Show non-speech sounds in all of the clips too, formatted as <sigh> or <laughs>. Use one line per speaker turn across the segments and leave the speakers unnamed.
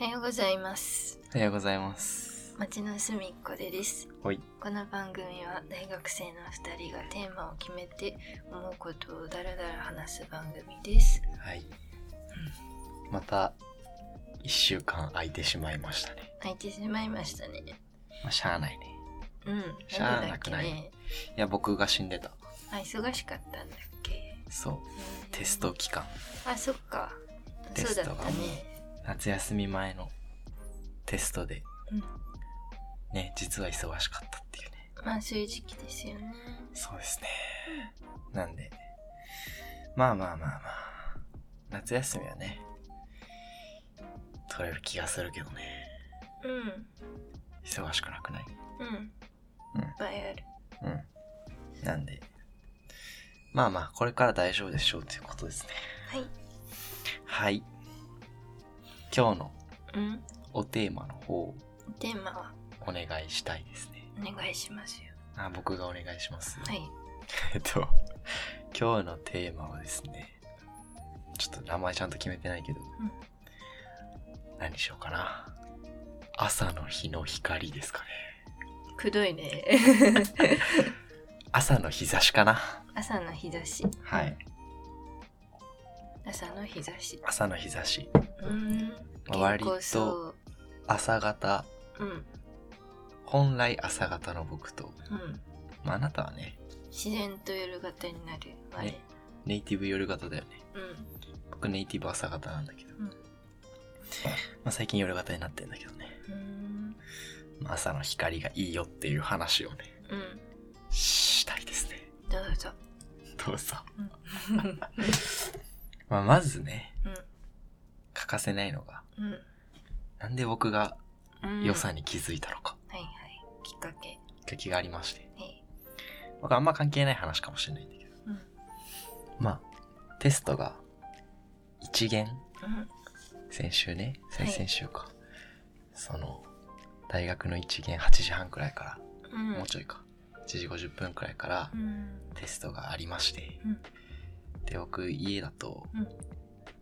おはようございます
おはようございます。
町の隅っこでです
はい。
この番組は大学生の2人がテーマを決めて思うことをだらだら話す番組です
はい。また、一週間空いてしまいましたね。
開いてしまいましたね
まあ、しゃあないね。
うん
しゃあ
んだ
な
っ
く
け
ない
ね
いや、僕が死んでた。
あ忙しかったんだっけ、
そう。
うん
テスト期間。
あそっか
テ
そう
ス
だ
ト
っ
が
た
もう
ね
夏休み前のテストで、
うん
ね、実は忙しかったっていうね。
まあそういう時期ですよね
そうですね。なんで、まあまあまあまあ、夏休みはね、取れる気がするけどね。
うん
忙しくなくない
うん
うん
いっぱいある
うん。なんで、まあまあ、これから大丈夫でしょうということですね。
はい
はい。今日の
うん
おテーマの方、お
テーマは
願いしたいですね。
お願いしますよ
あ、僕がお願いします。
はい
<laughs> えっと、今日のテーマはですね、ちょっと名前ちゃんと決めてないけど、
ん
何しようかな。朝の日の光ですかね。
くどい
<laughs>
ね
朝の日差しかな。
朝の日差し
はい。
朝の日差し
朝の日差し。
うーん
割と
結構そう
朝方、
うん
本来朝方の僕と、
うん
まあ、あなたはね、
自然と夜型になるあれ、
ねネイティブ夜型だよね。
うん
僕ネイティブ朝型なんだけど。
うん
まあ、最近夜型になってんだけどね。
うーん
まあ、朝の光がいいよっていう話をね、
うん
したいですね。
どうぞ
どうぞ。
うん
まあ、まずね、
う
欠かせないのが、
ん
なんで僕が
うん
良さに気づいたのか、
はいはいきっかけ
きっかけがありまして。
はい
僕あんま関係ない話かもしれないんだけど。
うん
まあ、テストが、一
う
元、
ん
先週ね、
は
先
い
々週か。その、大学の一元8時半くらいから、
うん
もうちょいか1時50分くらいから
うん
テストがありまして、
うん
で僕家だと、
うん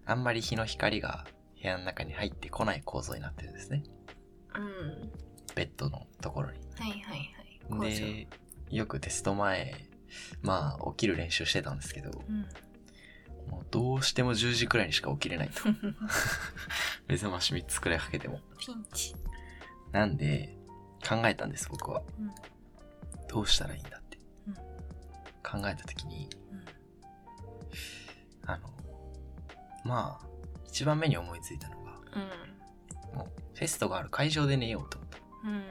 あんまり日の光が部屋の中に入ってこない構造になってるんですね
うん
ベッドのところに
はいはいはい
でよくテスト前まあ起きる練習してたんですけどもうどうしても10時くらいにしか起きれ
<laughs>
ないと
工場うん
目覚まし3つくらいかけても
ピンチ
なんで考えたんです僕は
うん
どうしたらいいんだって、
うん
考えた時に
うん
あの、まあ、一番目に思いついたのが、もう、フェストがある会場で寝ようと思った。
うんうん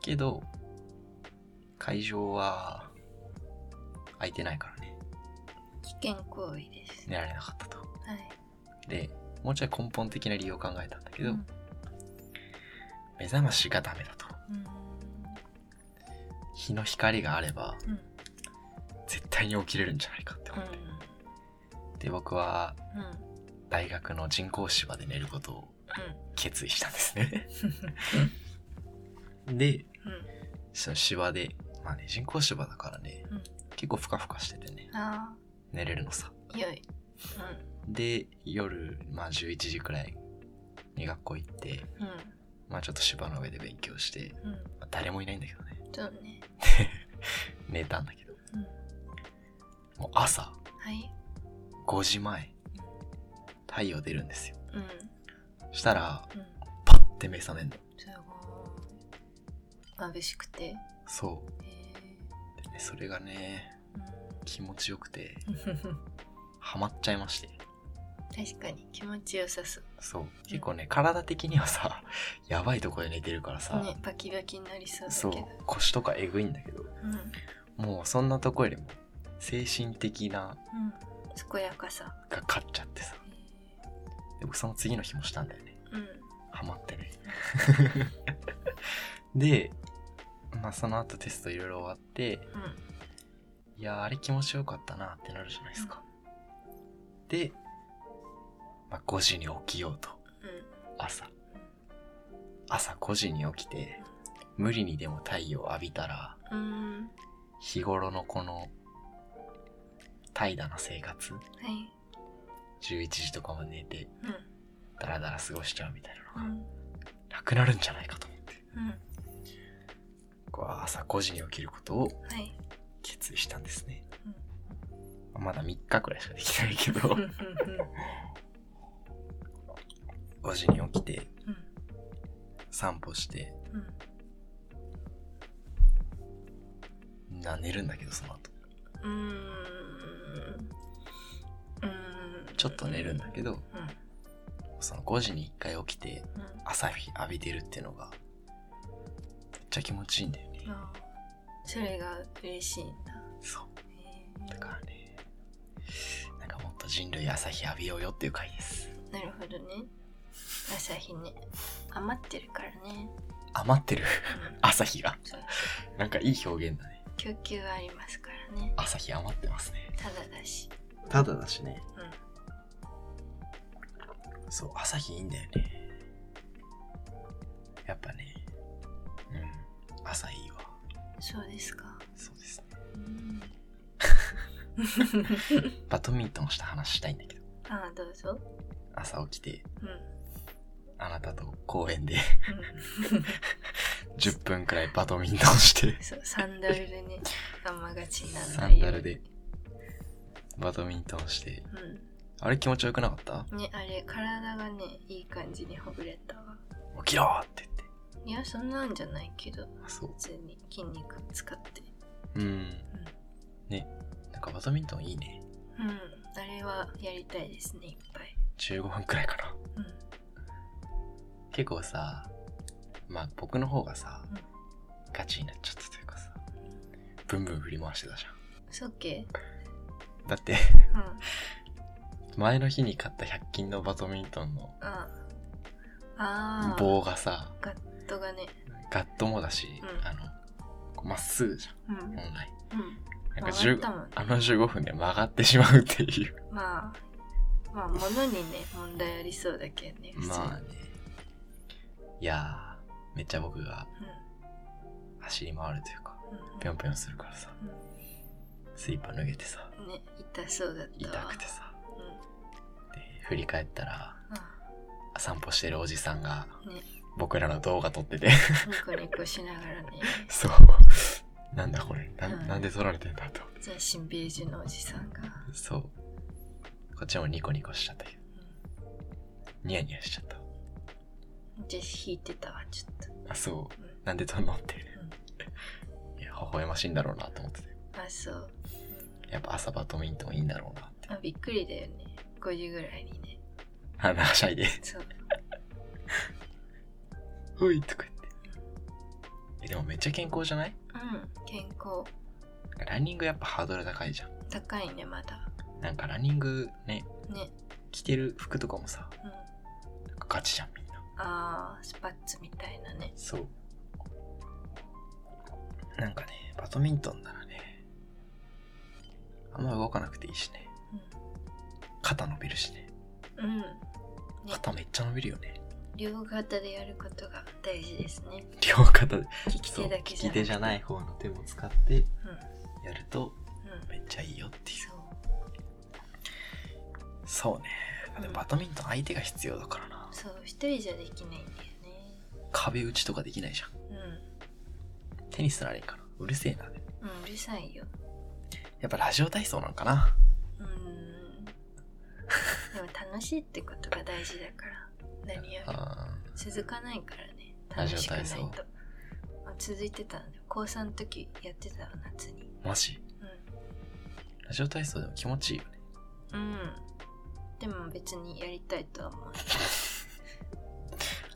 けど、会場は、空いてないからね、
危険行為です
寝られなかったと。
はい
で、もうちょい根本的な理由を考えたんだけど、
うん
目覚ましがダメだと。日の光があれば、
うん
絶対に起きれるんじゃないかって思って。で、僕は、
うんうん
大学の人工芝で寝ることを決意したんです
<laughs>
ね。で、
うん
その芝で、まあね、人工芝だからね、
うん
結構ふかふかしててね
う、んあ
寝れるのさ。
あよい
で、夜、まあ11時くらいに学校行って、
うん
まあちょっと芝の上で勉強して、
うんうん
まあ誰もいないんだけどね、
そうね
寝たんだけど、
うん
もう朝
はい
5時前、太陽出るんですよ。
うん
したら、
うん
パッて目覚めんの。
すごい眩しくてへ
そう。
え
でね、それがね、気持ちよくて、
うん <laughs> 確
ハマっちゃいまして。
かに気持ちよさそう
そう。結構ね、体的にはさ、やばいとこで寝てるからさ、
ねバキバキになりそうだ
そう
けど
腰とかえぐいんだけど
うんうん
もうそんなとこよりも精神的な
健やかさ
が勝っちゃってさ
へえ
で僕その次の日もしたんだよね
うん
ハマってねでまあその後テストいろいろ終わって
うん
いやーあれ気持ちよかったなってなるじゃないですかで、まあ、5時に起きようと
うん
朝朝5時に起きて無理にでも太陽浴びたら
うんは
日頃のこの怠惰な生
い
活11時とかまで寝て
うん
ダラダラ過ごしちゃうみたいな
う
のが
ん
なくなるんじゃないかと思って
うん
こう朝5時に起きることを
はい
決意したんですね
うん
まだ3日くらいしかできないけど
うんうん
5時に起きて
うん
散歩して
うん
な寝るんだけどその後
うーんうーん
ちょっと寝るんだけど
うん
その5時に1回起きて
うん
朝日浴びてるっていうのがめっちゃ気持ちいいんだよね
あーそれが嬉しいんだ
そう
へ
だからねなんかもっと人類朝日浴びようよっていう回です
ーなるほどね朝日ね余ってるからね、
余ってる
うん
朝日が
そう
なんかいい表現だね
供給はありますからね
朝日余ってますね
ただだした
だだしねそう朝日いいんだよねやっぱねうん朝いいわ
そうですか
そうですね
うん <laughs>
バドミントンした話したいんだけど
ああどうぞ
朝起きて
うんう
あなたと公園で
ん
10分くらいバドミントンして
そうサンダルで
<laughs>
ねあんまがちになら
サ
ない
ン
よ
ダ
うに
ルでバドミントンしてあれ気持ちよくなかった
うんねあれ体がねいい感じにほぐれたわ
起きろーって言って
いやそんなんじゃないけど
あそう
普通に筋肉使って
うんねなんかバドミントンいいね
うんあれはやりたいですねいっぱい
15分くらいかな
うん
結構さまあ僕の方がさ、
うん
ガチになっちゃったというかさブンブン振り回してたじゃ
そっけ
んだって
うん
前の日に買った100均のバドミントンの
ああー
棒がさ
ガットがね
ガットもだし、
うん
あのこうまっすぐじ
うん
ゃん本来
うん
なんか
曲がった
15
もんね
あの15分で曲がってしまうっていう
まあまあ物にね問題ありそうだけどね普通に
まあねいやーめっちゃ僕が走り回るというか
うんうん
ぴょんぴょんするからさスリッパ脱げてさ
ね痛そうだった
痛
わ
くてさ
うん
で振り返ったら
あ
散歩してるおじさんが
ね
僕らの動画撮って <laughs> て
ニコニコしながらね <laughs>
そうなんだこれな,、
うん
ん、なんで撮られてんだと
全身ベージュのおじさんが、
そうこっちもニコニコしちゃったけどニヤニヤしちゃった
うん、で引いてたわちょっと
あそう
うん
なんで撮んのって、いや微笑ましいんだろうなと思ってて
あそう、
やっぱ朝バドミントンいいんだろうなって
うん、あびっくりだよね5時ぐらいにね
鼻はしゃいで <laughs>
そう
「うい」とか言ってえでもめっちゃ健康じゃない
うん健康
ランニングやっぱハードル高いじゃん
高いねまだ
なんかランニングね
ね
着てる服とかもさ
うん
なんかガチじゃんみんな
あースパッツみたいなね
そうなんかねバドミントンならねあんま動かなくていいしね肩伸びるしね
うん、うん、
肩めっちゃ伸びるよね
両肩でやることが大事ですね
両肩で
利き手だけじゃ
利き手じゃない方の手も使って
うんうん
やるとめっちゃいいよっていう
そう
そうねでもバドミントン相手が必要だからな
そう一人じゃできないんだよね
壁打ちとかできないじゃんテニスならいいかなうるせえな
うん、うん、うるさいよ
やっぱラジオ体操なんかな
うーんでも楽しいってことが大事だから何よりも
あ
続かないからね
ラ
楽
ジオ
しくない
体操
とあ続いてたんで高3の時やってたわ夏に
ーマジラジオ体操でも気持ちいいよね
うん、うん、でも別にやりたいとは思う、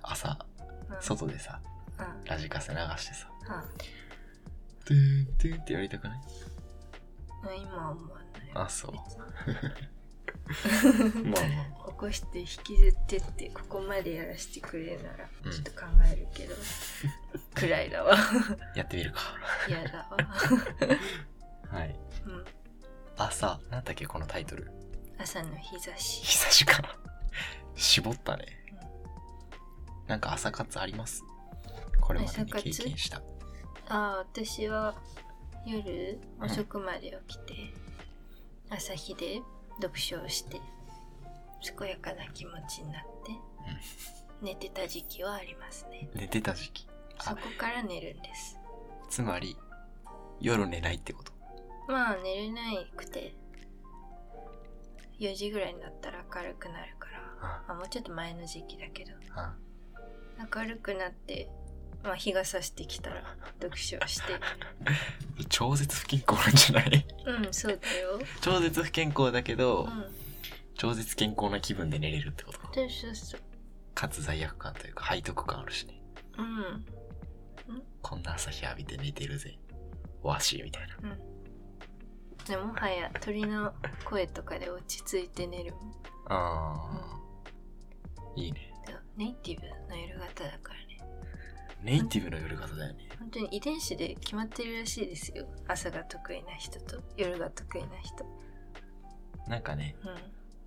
朝
うん、
外でさ
うん、うん
ラジカセ流してさ
は
トゥーントゥーンってやりたくない
あ、今は思わない
あそう
別に
まあま
起こして引きずってってここまでやらせてくれるなら
うん
ちょっと考える
<laughs>
けど、くらいだわ
あやってみるか
嫌だわ、
はい
うん、
朝なんだっけこのタイトル
朝の日差し
久しか絞ったねなんか朝活ありますこれまでに経験した
ああ私は夜遅くまで起きて、朝日で読書をして健やかな気持ちになって寝てた時期はありますね
寝てた時期。あ
そこから寝るんです
つまり、夜寝ないってこと。
まあ寝れなくて4時ぐらいになったら明るくなるから
あ
あもうちょっと前の時期だけど
あ
明るくなって、まあ、日が差してきたら読書を <laughs> して
超絶不健康なんじゃない
うんそうだよ
超絶不健康だけど、
うん
超絶健康な気分で寝れるってことか。
そうそうそう
かつ罪悪感というか背徳感あるしね。
うん
こんな朝日浴びて寝てるぜ。わしみたいな。
でもはや鳥の声とかで落ち着いて寝るもん
ああ。いいね。
だからネイティブの夜型だからね
ネイティブの夜型だよね。
本当に遺伝子で決まってるらしいですよ朝が得意な人と夜が得意な人
なんかね、
うんうん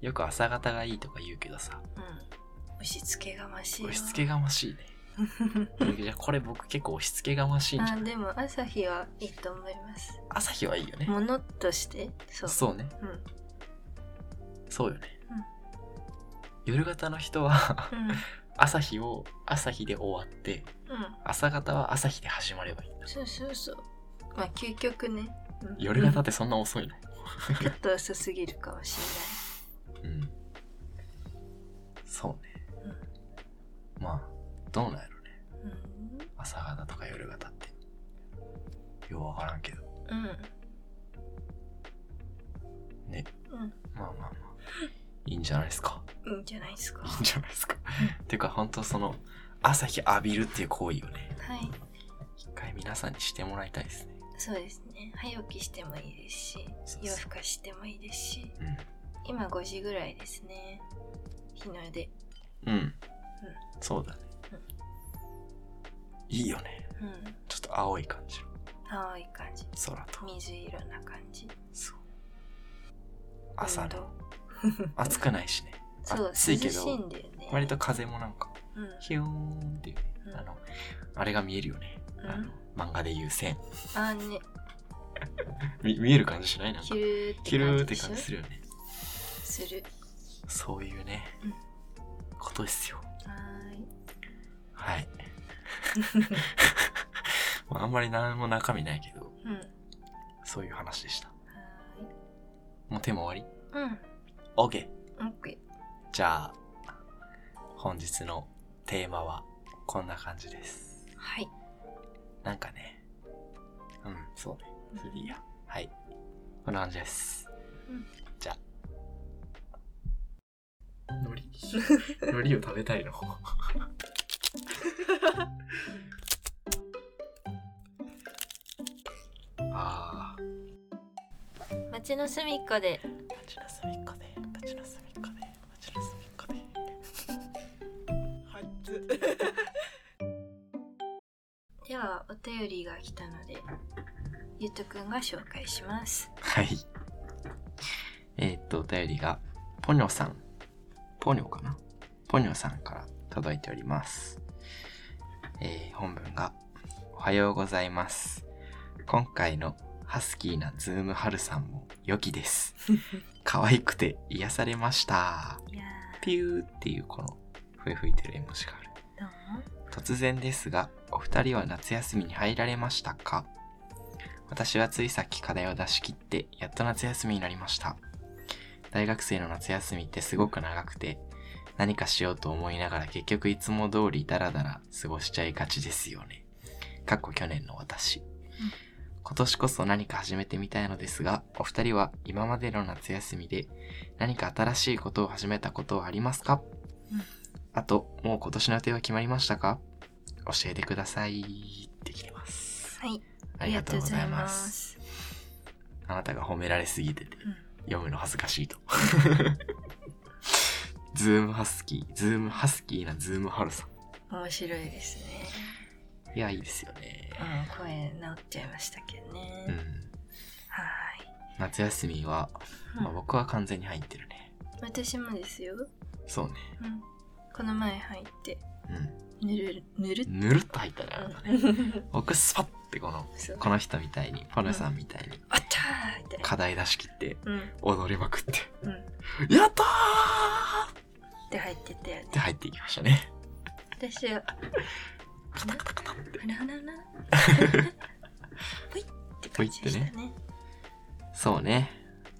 よく朝方がいいとか言うけどさ、
押し付けがましいわ
押し付けがましい
<laughs>
ね。いや、これ僕結構押し付けがましいんじゃ
あ
ない
でも朝日はいいと思います
朝日はいいよね。
ものとしてそう
そうね。
うん
そうよね。夜型の人は
う
<laughs>
ん
朝日を朝日で終わって、
うん
朝方は朝日で始まればいいんだ。
そうそうそうまあ究極ね、うん
夜型ってそんな遅いの
ちょっと遅すぎるかもし
うん。そうね。まあ、どうなんやろね。
れない
朝方とか夜方って。ようわからんけど。
うん
ね。
うん
まあまあまあ。いいんじゃないですか。
うんいいんじゃないですか
いいんじゃないですか。ていうか、本当その、朝日浴びるっていう行為をね、
はい
一回皆さんにしてもらいたいですね。
そうですね早起きしてもいいですし
そう
夜
そう
更かししてもいいですし
うん。
今5時ぐらいですね日の出
うん。そうだね
うん。
いいよね。
うん
ちょっと青い感じの
青い感じ
空と。
水色な感じ
そう。朝
運
の。
動
暑くないしね。
そう
暑いけ
涼
ど
しいんだよね
割と風もなんか、
うん
ヒューンっていう、
うん
あの、あれが見えるよね。あの、漫画で言う線。
あーね
み見える感じしないなんか
キ。ルーって感じで
キューって
し
感
ょ
じするよね。
する
そういうね、
うん
ことですよ。
はーい
はい。 <laughs> まああんまり何も中身ないけど、
うんは
そういう話でした。
ーい
もう手も終わ
うん
り ?OK。
OK
じゃあ、本日のテーマはこんな感じです。
はい
なんかね、うん、そうね。それでいいや。はい。こんな感じです。
うん
じゃあ。海苔 <laughs> 海苔を食べたいの。 <laughs> ああ。
街の隅っこで
立ちなすみっこで、立ちなすみっこで、立ちなすみっこで。
<laughs> ではお便りが来たのでゆうとくんが紹介します
はい。えーっと、お便りが、ポニョさん。ポニョかなポニョさんから届いております。えー本文が、おはようございます。今回のハスキーなズームハルさんも良きです。可愛くて癒されました。
いや
ピューっていうこの笛吹いてる絵文字がある。
ーどうも
突然ですがお二人は夏休みに入られましたか私はついさっき課題を出し切ってやっと夏休みになりました大学生の夏休みってすごく長くて何かしようと思いながら結局いつも通りダラダラ過ごしちゃいがちですよねかっこ去年の私今年こそ何か始めてみたいのですがお二人は今までの夏休みで何か新しいことを始めたことはありますかあと、もう今年の予定は決まりましたか教えてくださいってきてます。
はい
ありがとうござい
ありがとうございま
ます。
す
あなたが褒められすぎてて、
うん
読むの恥ずかしいと。 <laughs> ズームハスキー、ズームハスキーなズームハルさ
面白いですね。
ん。いや、いいですよね。
うん、声治っちゃいましたけどね。
うん。
は
夏休みは、
ーい、
まあ、僕は完全に入ってるね。
私もですよ。
そうね。
うん、この前入って、
う
ぬる、ぬるっ
ん。ぬるっと入ったね、あなたね。
と。うん <laughs>
僕、スパッてこの、
そう
この人みたいに、パルさんみたいに、
あったーみたいな。
課題出し切って、
うん、
踊りまくって。
うん。
やったー
っ
っ
て入ってったよね
で入っていきましたね。
私は
カタカタカタって。
あらあらあら
<laughs>
ほいって感じでしたね
そうね。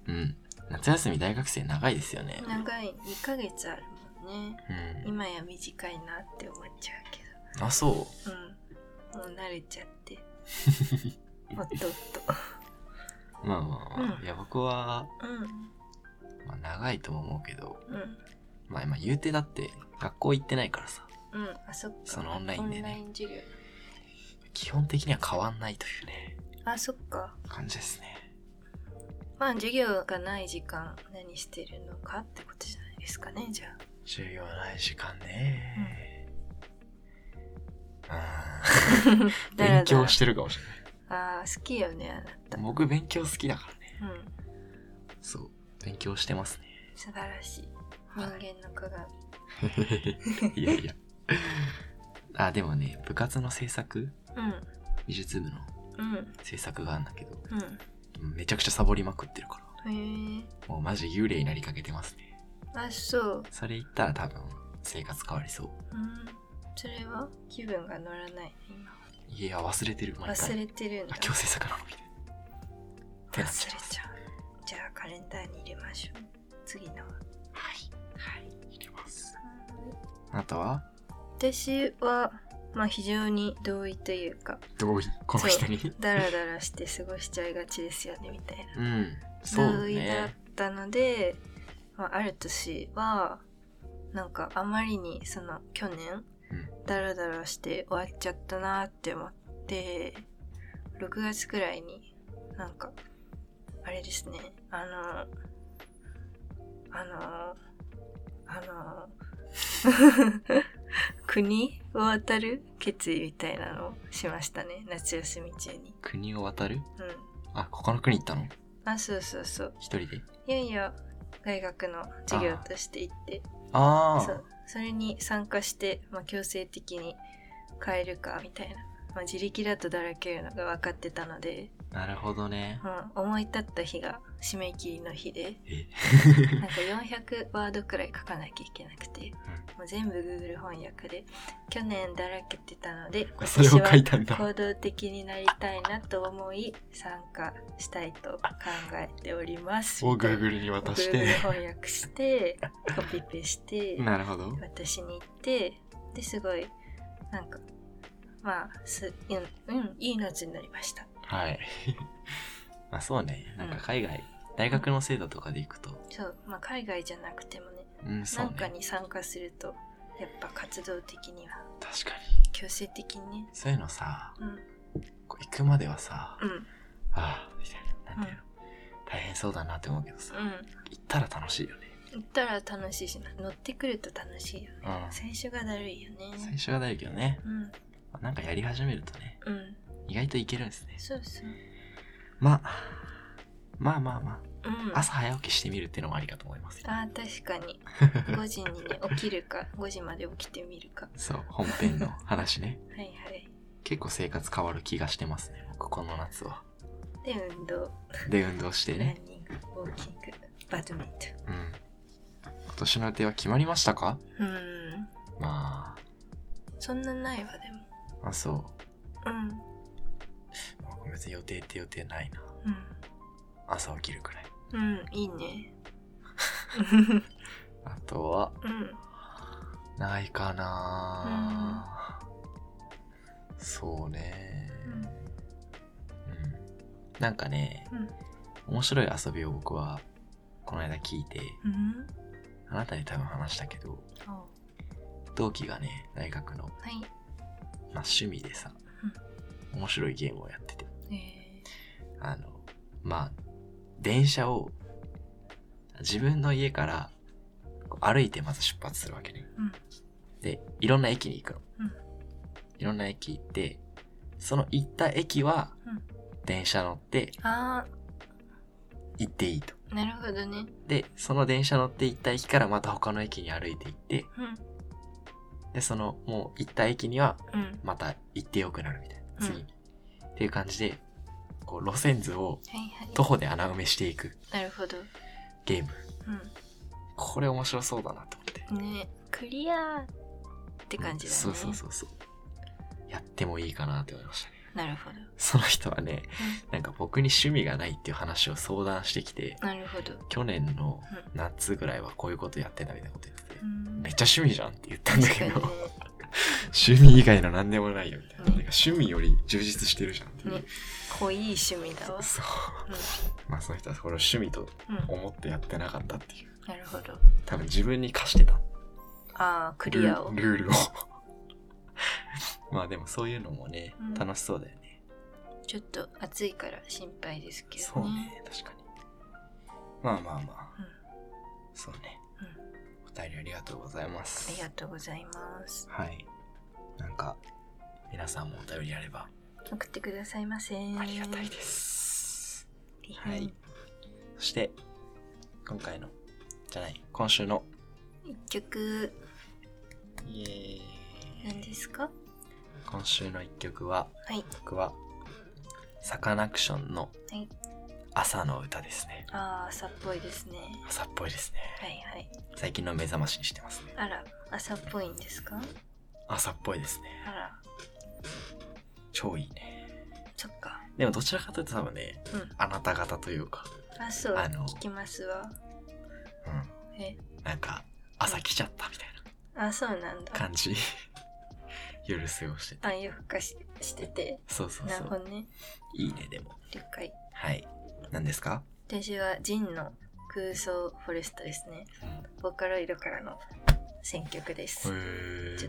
うん。夏休み大学生長いですよね。
長い2ヶ月あるもんね
うん。
今や短いなって思っちゃうけど
あ、そ
うん。もう慣れちゃっ
<laughs>
て。おっとっ
う。まあまあまあ。
うん
いや、僕は、
と。うん。
まあ、長いとも思うけど、
うん。
まあ今言うてだって学校行ってないからさ、
うん。あ、そっか。
そのオンラインでね
オライン授業。
基本的には変わんないというね、
あ、そっか。
感じですね。
まあ、授業がない時間、何してるのかってことじゃないですかね、じ
<laughs>
ゃ
授業ない時間ね。あ
あ。
ー
だらだら
勉強してるかもしれ
ああ、好きよね、あなた。
ない。僕勉強好きだからね。
うん。
そう。勉強してます
<laughs>
ね。
素晴らしい。人間の鏡。
いやいや。あ、でもね、部活の制作、
うん。
美術部の
うん。
制作があるんだけど、
うん。
めちゃくちゃサボりまくってるから、
へえ。
もうマジ幽霊になりかけてますね。
あ、そう。
それ言ったら多分、生活変わりそう。
うん。それは気分が乗らない。
いや、忘れてる、
今。
毎
忘
回。
れてるんだ
あ、。今日制作なのみたいな。ってなっ
忘
ちゃい
れ
ます
ちゃうじゃあカレンダーに入れましょう次のは
はい。はい。入れます。あとは、
私はまあ非常に同意というか
同意。この人に。
ダラダラして過ごしちゃいがちですよねみたいな
うん。そう
同意だっ
ね。
たので、まあ、ある年はなんかあまりにその去年、
うん
ダラダラして終わっちゃったなって思って6月くらいになんかあれですねあのあのあの <laughs> 国を渡る決意みたいなのをしましたね夏休み中に。
国を渡る
うん、
あ、ここの国行ったの
あそうそうそう
一人で。
いやいや大学の授業として行って
あ
そうそれに参加して、まあ、強制的に変えるかみたいな、まあ、自力だとだらけるのが分かってたので、
あ。なるほどね。
うん、思い立った日が締め切りの日で
え
なんか400ワードくらい書かなきゃいけなくてもう全部 Google 翻訳で去年だらけてたの
<laughs>
で今
それを
年は
書いたんだ。
行動的になりたいなと思い参加したいと考えております。
を Google に渡し
Google
て。
翻訳
<laughs>
してコピペして
なるほど。
私に行ってですごいなんかまあすうん、うん、いい夏になりました
はい。まあそうね。なんか海外、大学の制度とかで行くと。
そうまあ海外じゃなくてもね
うん、そ
な
うん
か
ね。
に参加するとやっぱ活動的には
確かに。
強制的にね
そういうのさ、
うん
こう行くまではさ、
うん
ああ、みたいな。なんていうの、大変そうだなって思うけどさ、行ったら楽しいよね。
うん行ったら楽しいしな乗ってくると楽しいよね
うん。
最初がだるいよ
最
ね
初はだるいけどね。
うん
まあなんかやり始めるとね、
うん
意外といけるんですね。
そうそう
まあ、まあまあま
うん
あ、朝早起きしてみるっていうのもありかと思いますよ。
あー確
<laughs>
かに5時にね起きるか5時まで起きてみるか
そう、本編の話 <laughs> ね。
はいはい
結構生活変わる気がしてますね、僕この夏 <laughs> は。
で運動
で、運動して
ラン
ね。
ニングウォーキングバドミント
うん。今年の予定は決まりましたか
ンうん
ま
そんなないわで
あ、あ、そう。
も
僕別に予定って予定ないな。
う
朝起きるくらい。
んうんうんいいね
<laughs> あとは、
うん
ないかな、そうねうん、なんかね
うん
面白い遊びを僕はこの間聞いて
うん
あなたに多分話したけど
おは
同期がね大学の、まあ、趣味でさ、面白いゲームをやってて
いえ
あのまあ電車を自分の家からこう歩いてまず出発するわけね、
ー、うん
で、いろんな駅に行くの。
うん
いろんな駅行って、その行った駅は
うん、
電車乗って
あ
行っていいと。
あなるほどね
で、その電車乗って行った駅からまた他の駅に歩いて行って、
うん
で、そのもう行った駅には
うん
また行ってよくなるみたいな。
うん
次に。っていう感じで、こう路線図を
はいはい
徒歩で穴埋めしていく
なるほど
ゲーム。
うん
これ面白そうだなと思って。
ねクリアーって感じだね
そうそうそうそうやってもいいかなって思いましたね
なるほど
その人はねなんか僕に趣味がないっていう話を相談してきて
なるほど
去年の夏ぐらいはこういうことやってたみたいなこと言ってて
うん
めっちゃ趣味じゃんって言ったんだ
確か
け
にね
ど趣味以外の何でもないよみたいな,、
うん
なんか趣味より充実してるじゃんっていう、
ね濃い趣味だわ
そうまあその人はこれを趣味と
うん、うん、
思ってやってなかったっていう
なるほど
多分自分に課してた
ああクリアを
ルルールを <laughs> まあでもそういうのもね、
うん
楽しそうだよね
ちょっと暑いから心配ですけどね
そうね確かにまあまあまあ
うん、
そうね、
う
お便りありがとうございます
ありがとうございます
はいなんか皆さんもお便りあれば
送ってくださいませ
ありがたいです、は
はい
いそして今回のじゃない今週の
一曲
イエーイ
なんですか
今週の一曲は
はい
僕はサカナクションの
はい
朝の歌ですね
ああ朝っぽいですね
朝っぽいですね
はいはい
最近の目覚ましにしてますね
あら朝っぽいんですか
朝っぽいですね
あら
超いいね
そっか
でもどちらかというと多分ね、
うん
あなた方というか、
あそう
あの
聞きますわ
う
え
ん、なんか朝来ちゃったみたい
あそうなん
な
だ
感じ <laughs> 夜過ごしてて
あ夜更かししてて
そうそう
な
そ
るほ
う
どね
いいねでも
了解
はい何ですか、
私はジンの空想フォレストですね
うん、へ
ボーカロイドからの選曲ですちょ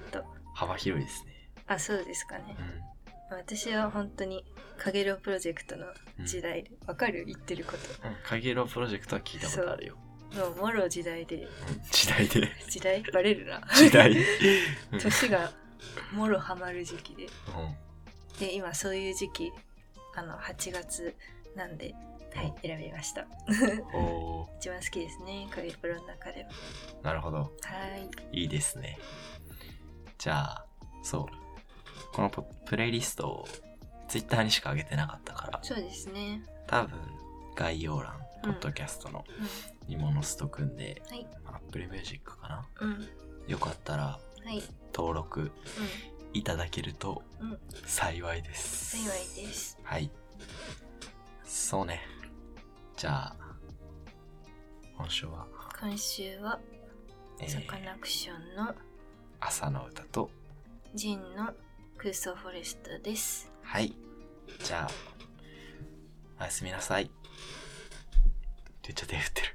ー
っと
幅広いですね
あそうですかね
うん
私は本当に影色プロジェクトの
うん
時代でわかる言ってること
うん影色プロジェクトは聞いたことあるよ、
もうもろ時代で
うん時代で
時代バレるな
<laughs> 時代、う
<laughs>
ん
年がもろハマる時期で
うん
で今そういう時期あの8月なんではい選びました
お
一番好きですね影プロの中では
ーなるほど
はい
いいですねじゃあそうこのポプレイリストをツイッターにしか上げてなかったから
そうですね
多分概要欄
う
ポ
ん
ッドキャストの
うん
「煮物ストくんで
はい
Apple Music かな
うん
よかったら
はい
登録いただけると
うんうん
幸いです
幸いです
はいそうねじゃあ今週は、
今週は
えー
サカナクションの
朝の歌と
ジンの空想フォレストです
はい。じゃあ、おやすみなさい。めっちゃ手振ってる。